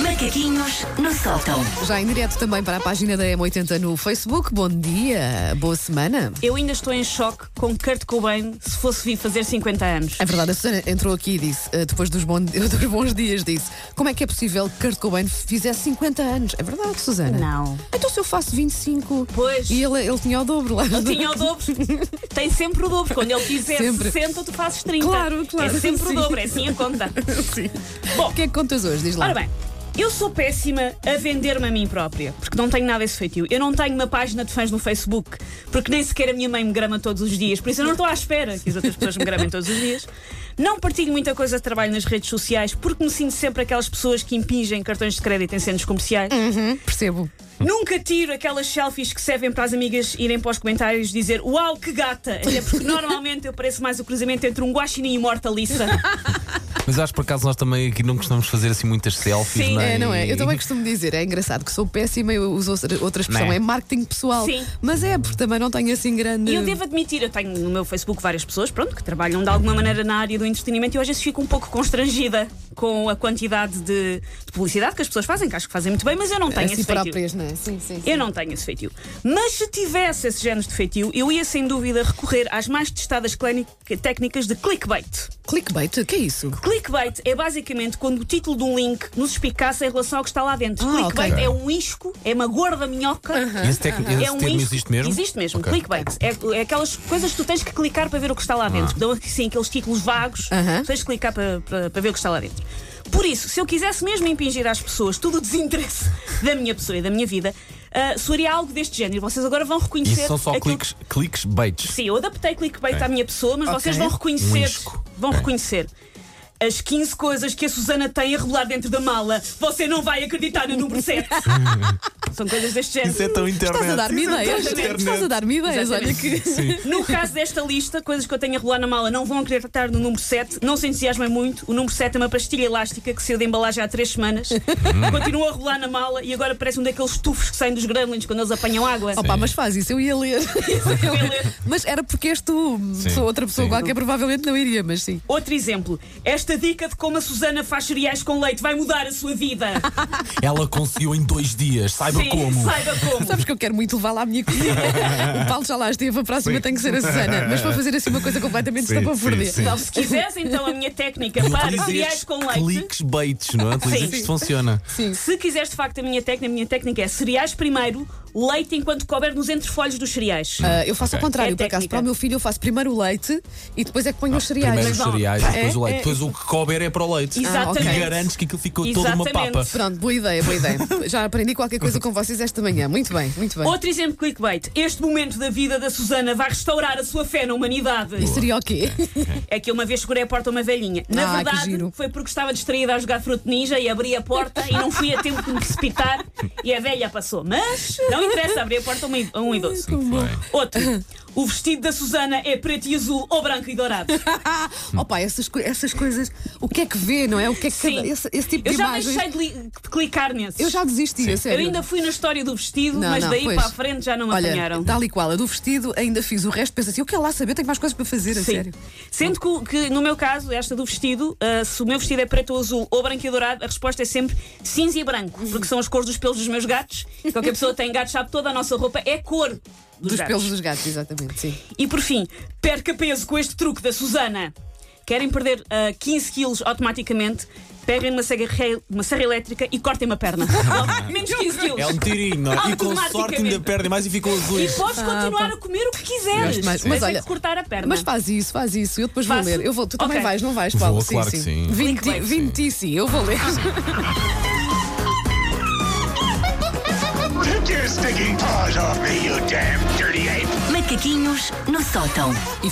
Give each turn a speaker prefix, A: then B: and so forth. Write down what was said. A: Macaquinhos no sótão.
B: Já em direto também para a página da M80 no Facebook. Bom dia, boa semana.
C: Eu ainda estou em choque com Kurt Cobain se fosse vir fazer 50 anos.
B: É verdade, a Susana entrou aqui e disse, eh, depois dos, bon- dos bons dias, disse: Como é que é possível que Kurt Cobain fizesse 50 anos? É verdade, Susana?
C: Não.
B: Então se eu faço 25.
C: Pois.
B: E ele, ele tinha o dobro lá.
C: Tinha o dobro. Tem sempre o dobro. Quando ele quiser
B: Sempre.
C: 60, tu fazes 30.
B: Claro, claro.
C: É sempre
B: Sim.
C: o dobro, é assim a conta.
B: Sim.
C: Bom,
B: O que é que contas hoje? Diz lá.
C: Ora bem, eu sou péssima a vender-me a mim própria, porque não tenho nada esse feitio. Eu não tenho uma página de fãs no Facebook, porque nem sequer a minha mãe me grama todos os dias, por isso eu não estou à espera que as outras pessoas me gramem todos os dias. Não partilho muita coisa de trabalho nas redes sociais, porque me sinto sempre aquelas pessoas que impingem cartões de crédito em centros comerciais.
B: Uhum, percebo.
C: Nunca tiro aquelas selfies que servem para as amigas irem para os comentários dizer Uau, que gata! Até porque normalmente eu pareço mais o cruzamento entre um guaxinim e uma hortaliça.
D: Mas acho que por acaso nós também aqui não costumamos fazer assim muitas selfies,
C: Sim.
D: não é?
B: É, não é? Eu também costumo dizer, é engraçado que sou péssima, eu uso outra, outra expressão,
D: Não
B: é?
D: é?
B: marketing pessoal.
C: Sim.
B: Mas é, porque também não tenho assim grande.
C: E eu devo admitir, eu tenho no meu Facebook várias pessoas, pronto, que trabalham de alguma maneira na área do entretenimento e eu às vezes fico um pouco constrangida com a quantidade de, de publicidade que as pessoas fazem, que acho que fazem muito bem, mas eu não tenho
B: assim
C: esse feitio.
B: próprias, não é? Sim, sim. sim.
C: Eu não tenho esse feitio. Mas se tivesse esse género de feitio, eu ia sem dúvida recorrer às mais testadas clínica- técnicas de clickbait.
B: Clickbait, o que é isso?
C: Clickbait é basicamente quando o título de um link nos espicaça em relação ao que está lá dentro.
B: Ah,
C: clickbait
D: ok.
C: é um isco, é uma gorda minhoca.
D: E Esse, tec-
B: ah.
D: esse
C: É um
D: termo
C: isco-
D: existe mesmo?
C: Existe mesmo,
D: Ok. Ah.
C: clickbait. É, é aquelas coisas que tu tens que clicar para ver o que está lá dentro. Dão assim aqueles títulos vagos,
B: Aham.
C: tu tens que clicar para, para- para ver o que está lá dentro. Por isso, se eu quisesse mesmo impingir às pessoas todo o desinteresse da minha pessoa e da minha vida, ah, soaria algo deste género. Vocês agora vão
D: E
C: reconhecer.
D: isso são só
C: aquilo
D: cliques, cliques baits.
C: Sim, eu adaptei clickbait
D: Ok.
C: à minha pessoa, mas
B: Ok.
C: vocês vão
D: Um
C: reconhecer.
D: isco.
C: Vão
D: Ok.
C: reconhecer. As 15 coisas que a Susana tem a revelar dentro da mala, você não vai acreditar no número 7. São coisas deste
B: é
C: género.
D: tão internet.
B: Estás a dar-me ideias.
C: Exatamente.
B: Estás a dar-me ideias, olha que.
C: No caso desta lista, coisas que eu tenho a rolar na mala não vão acreditar no número 7. Não se entusiasmem muito. O número 7 é uma pastilha elástica que saiu da embalagem há 3 semanas.
D: Hum.
C: Continua a rolar na mala e agora parece um daqueles tufos que saem dos gremlins quando eles apanham água.
B: Opa, mas faz isso, eu ia ler. Eu ia ler. mas era porque és tu, hum, sou outra pessoa
D: sim.
B: qualquer, provavelmente não iria, mas sim.
C: Outro exemplo. Esta dica de como a Susana faz cereais com leite vai mudar a sua vida.
D: Ela conseguiu em dois dias, saiba
C: Sim,
D: como.
C: Saiba como.
B: Sabes que eu quero muito levar lá a minha cozinha. o Paulo já lá esteve, a próxima
D: Sim.
B: tem que ser a Susana. Mas para fazer assim uma coisa completamente
D: Sim,
B: estapafúrdia.
D: sim, sim.
C: Então, se quiseres então a minha técnica
D: E
C: para
D: utilizas
C: cereais com leite.
D: Cliques baits, não é? Utilizas
C: Sim.
D: isto funciona.
B: Sim.
C: Se quiseres de facto a minha técnica, a minha técnica é cereais primeiro, leite enquanto couber nos entrefolhos dos cereais.
B: Ah, eu faço ao
D: Ok.
B: contrário,
C: É
B: por acaso,
C: técnica.
B: para o meu filho eu faço primeiro o leite e depois é que ponho os cereais.
D: Ah, Primeiro os
B: Mas, ó,
D: cereais, depois
B: é-
D: o leite.
B: é-
D: Depois o que couber é para o leite.
C: Exatamente.
D: E garantes que aquilo ficou toda uma
C: Exatamente.
D: papa.
B: Pronto, boa ideia, boa ideia. Já aprendi qualquer coisa com vocês esta manhã. Muito bem, muito bem.
C: Outro exemplo de clickbait. Este momento da vida da Susana vai restaurar a sua fé na humanidade.
B: Seria o quê?
C: É que eu uma vez segurei a porta a uma velhinha.
B: Ah,
C: Na
B: que giro.
C: verdade, foi porque estava distraída a jogar fruto ninja e abri a porta e não fui a tempo de me precipitar e a velha passou. Mas não interessa, abri a porta a um i- a um idoso.
D: Bem.
C: Outro. O vestido da Susana é preto e azul ou branco e dourado.
B: Opa, essas, co- essas coisas, o que é que vê, não é? O que é que
C: Sim.
B: cada- esse, esse tipo
C: Eu
B: de
C: já
B: imagens.
C: deixei de, li- de clicar nesses.
B: Eu já desisti, a sério.
C: Eu ainda fui na história do vestido,
B: Não,
C: mas
B: não,
C: daí
B: pois.
C: para a frente já não me
B: Olha, então,
C: apanharam.
B: tal e qual, a do vestido ainda fiz o resto, pensa assim, eu quero lá saber, tenho mais coisas para fazer, a
C: Sim.
B: é sério.
C: Sendo que, que, no meu caso, esta do vestido, ah, se o meu vestido é preto ou azul ou branco e dourado, a resposta é sempre cinza e branco, porque são as cores dos pelos dos meus gatos. Qualquer pessoa que tem gatos sabe toda a nossa roupa é cor dos,
B: Dos
C: gatos.
B: pelos dos gatos, exatamente, sim.
C: E por fim, perca peso com este truque da Susana. Querem perder ah, 15 quilos automaticamente? Peguem uma serra, uma serra elétrica e cortem uma perna. Menos 15 quilos.
D: É um tirinho, não é? E com sorte ainda
C: Automaticamente.
D: perdem mais e ficam
C: E
D: azuis.
B: Ah,
C: podes continuar a comer o que quiseres.
B: Mas-
C: Mas,
B: mas
C: tem
B: olha-
C: que cortar a perna.
B: Mas faz isso, faz isso, eu depois
C: Faço?
B: vou ler. Eu vou, tu também
C: Ok.
B: vais, não vais, Paulo?
D: Vou, claro que sim.
B: 20,
C: Clickbait.
B: 20 sim, eu vou ler.
E: Take your stinking paws off me, you damn dirty ape!
A: Macaquinhos no sótão.
B: E